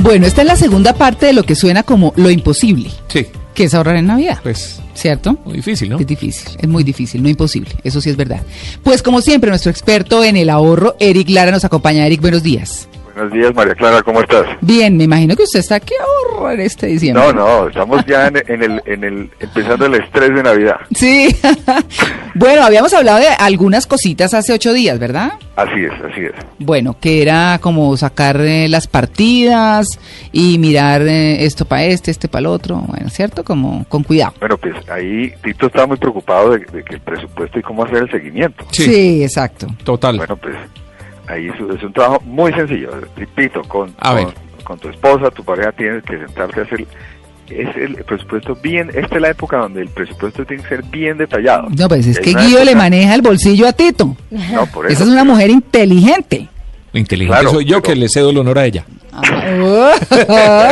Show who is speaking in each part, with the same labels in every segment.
Speaker 1: Bueno, esta es la segunda parte de lo que suena como lo imposible,
Speaker 2: Sí,
Speaker 1: que es ahorrar en Navidad,
Speaker 2: pues
Speaker 1: ¿cierto?
Speaker 2: muy difícil, ¿no?
Speaker 1: Es difícil, es muy difícil, no imposible, eso sí es verdad. Pues como siempre, nuestro experto en el ahorro, Eric Lara, nos acompaña. Eric, buenos días.
Speaker 3: Buenos días, María Clara, ¿cómo estás?
Speaker 1: Bien, me imagino que usted está aquí a ahorrar este diciembre.
Speaker 3: No, no, estamos ya en, en el, en el, empezando el estrés de Navidad.
Speaker 1: Sí. bueno, habíamos hablado de algunas cositas hace ocho días, ¿verdad?
Speaker 3: Así es, así es.
Speaker 1: Bueno, que era como sacar eh, las partidas y mirar eh, esto para este, este para el otro, bueno, ¿cierto? Como con cuidado.
Speaker 3: Bueno, pues ahí Tito estaba muy preocupado de, de que el presupuesto y cómo hacer el seguimiento.
Speaker 2: Sí.
Speaker 1: exacto.
Speaker 2: Total.
Speaker 3: Bueno, pues ahí es, es un trabajo muy sencillo. Repito, con,
Speaker 2: A
Speaker 3: con,
Speaker 2: ver.
Speaker 3: con tu esposa, tu pareja, tienes que sentarte a hacer... Es el presupuesto bien... Esta es la época donde el presupuesto tiene que ser bien detallado.
Speaker 1: No, pues es
Speaker 3: Y hay
Speaker 1: que
Speaker 3: una
Speaker 1: Guido le
Speaker 3: época-
Speaker 1: maneja el bolsillo a Tito.
Speaker 3: No, por eso.
Speaker 1: Esa es una mujer inteligente. Ah,
Speaker 2: Inteligente
Speaker 3: Claro,
Speaker 2: soy yo
Speaker 3: pero-
Speaker 2: que le cedo el honor a ella.
Speaker 1: oh.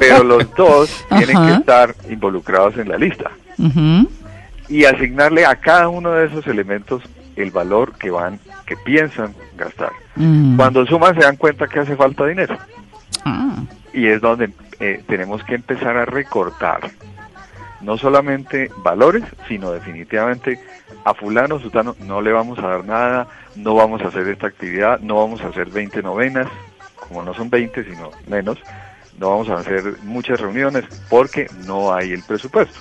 Speaker 3: Pero los dos tienen que
Speaker 1: Ajá.
Speaker 3: estar involucrados en la lista.
Speaker 1: Ujú.
Speaker 3: y asignarle a cada uno de esos elementos el valor que van, que piensan gastar.
Speaker 1: Mm.
Speaker 3: Cuando suman se dan cuenta que hace falta dinero
Speaker 1: Ah,
Speaker 3: y es donde eh, tenemos que empezar a recortar no solamente valores, sino definitivamente a fulano, sutano, no le vamos a dar nada, no vamos a hacer esta actividad, no vamos a hacer 20 novenas, como no son 20, sino menos, no vamos a hacer muchas reuniones porque no hay el presupuesto.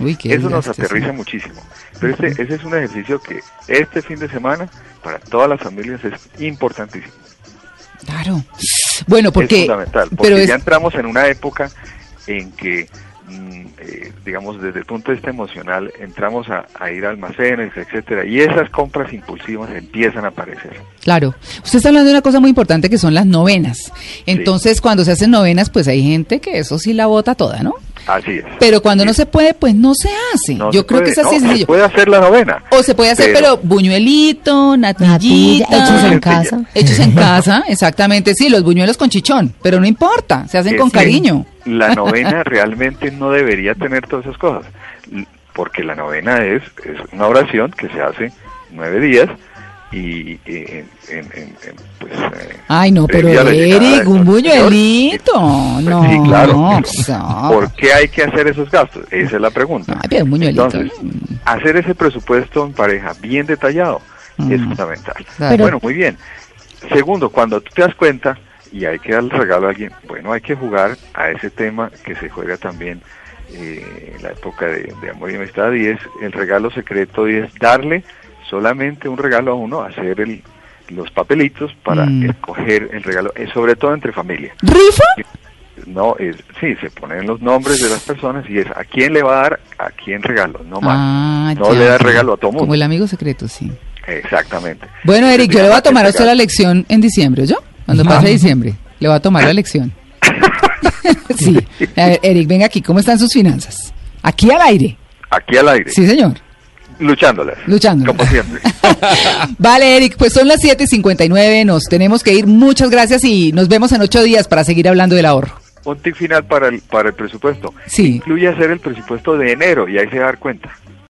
Speaker 1: uy, qué
Speaker 3: Eso nos
Speaker 1: desastre,
Speaker 3: aterriza
Speaker 1: sí.
Speaker 3: muchísimo. Pero este, ese es un ejercicio que este fin de semana para todas las familias es importantísimo.
Speaker 1: Claro. Bueno,
Speaker 3: es
Speaker 1: porque.
Speaker 3: fundamental. Porque
Speaker 1: pero es-
Speaker 3: ya entramos en una época en que, mm, eh, digamos, desde el punto de vista emocional, entramos a, a ir a almacenes, etcétera, y esas compras impulsivas empiezan a aparecer.
Speaker 1: Claro. Usted está hablando de una cosa muy importante que son las novenas. Entonces, cuando se hacen novenas, pues hay gente que eso sí la bota toda, ¿no?
Speaker 3: Así es.
Speaker 1: Pero cuando no
Speaker 3: Sí.
Speaker 1: se puede, pues no se hace.
Speaker 3: No
Speaker 1: Yo
Speaker 3: se
Speaker 1: creo que
Speaker 3: puede,
Speaker 1: es así de
Speaker 3: no,
Speaker 1: sencillo.
Speaker 3: Se puede hacer la novena.
Speaker 1: O se puede hacer, pero, Ah,
Speaker 3: Pero-
Speaker 1: buñuelito, natillita.
Speaker 4: hechos en
Speaker 3: Natilla.
Speaker 4: casa.
Speaker 1: Hechos en casa, exactamente. Sí, los buñuelos con chichón, pero no importa, se hacen
Speaker 3: Es
Speaker 1: con
Speaker 3: que
Speaker 1: cariño.
Speaker 3: La novena realmente no debería tener todas esas cosas, l- porque la novena es, es una oración que se hace nueve días y eh, en, en- en- en, pues, eh,
Speaker 1: Ay, no, pero
Speaker 3: previa a la llegada
Speaker 1: Eric,
Speaker 3: de
Speaker 1: un
Speaker 3: nuestro Señor.
Speaker 1: buñuelito.
Speaker 3: Pues
Speaker 1: No,
Speaker 3: sí, claro.
Speaker 1: no,
Speaker 3: pero
Speaker 1: pues, no.
Speaker 3: ¿Por qué hay que hacer esos gastos? Esa es la pregunta.
Speaker 1: Ay, pero un buñuelito. Mm.
Speaker 3: Entonces, hacer ese presupuesto en pareja bien detallado es
Speaker 1: Mm.
Speaker 3: fundamental.
Speaker 1: Claro.
Speaker 3: Bueno, muy bien. Segundo, cuando tú te das cuenta y hay que darle regalo a alguien, bueno, hay que jugar a ese tema que se juega también eh, en la época de, de amor y amistad y es el regalo secreto y es darle solamente un regalo a uno, hacer el, los papelitos para
Speaker 1: Mm.
Speaker 3: escoger el regalo, eh, sobre todo entre familia.
Speaker 1: ¿Rifa?
Speaker 3: No, es, sí, se ponen los nombres de las personas y es a quién le va a dar, a quién regalo, no más.
Speaker 1: Ah,
Speaker 3: no
Speaker 1: ya.
Speaker 3: le das regalo a todo mundo.
Speaker 1: Como el amigo secreto, sí.
Speaker 3: Exactamente.
Speaker 1: Bueno, Eric, yo le voy a tomar a usted la
Speaker 3: ley.
Speaker 1: lección en diciembre, ¿yo? Cuando pase diciembre, le voy a tomar la lección. sí. A ver, Eric, venga aquí, ¿cómo están sus finanzas? Aquí al aire.
Speaker 3: Aquí al aire,
Speaker 1: Sí, señor.
Speaker 3: luchándolas.
Speaker 1: Luchándolas.
Speaker 3: Como siempre.
Speaker 1: Vale, Eric, pues son las 7:59, nos tenemos que ir. Muchas gracias y nos vemos en ocho días para seguir hablando del ahorro.
Speaker 3: Un tip final para el, para el presupuesto.
Speaker 1: Sí.
Speaker 3: Incluye hacer el presupuesto de enero y ahí se va a dar cuenta.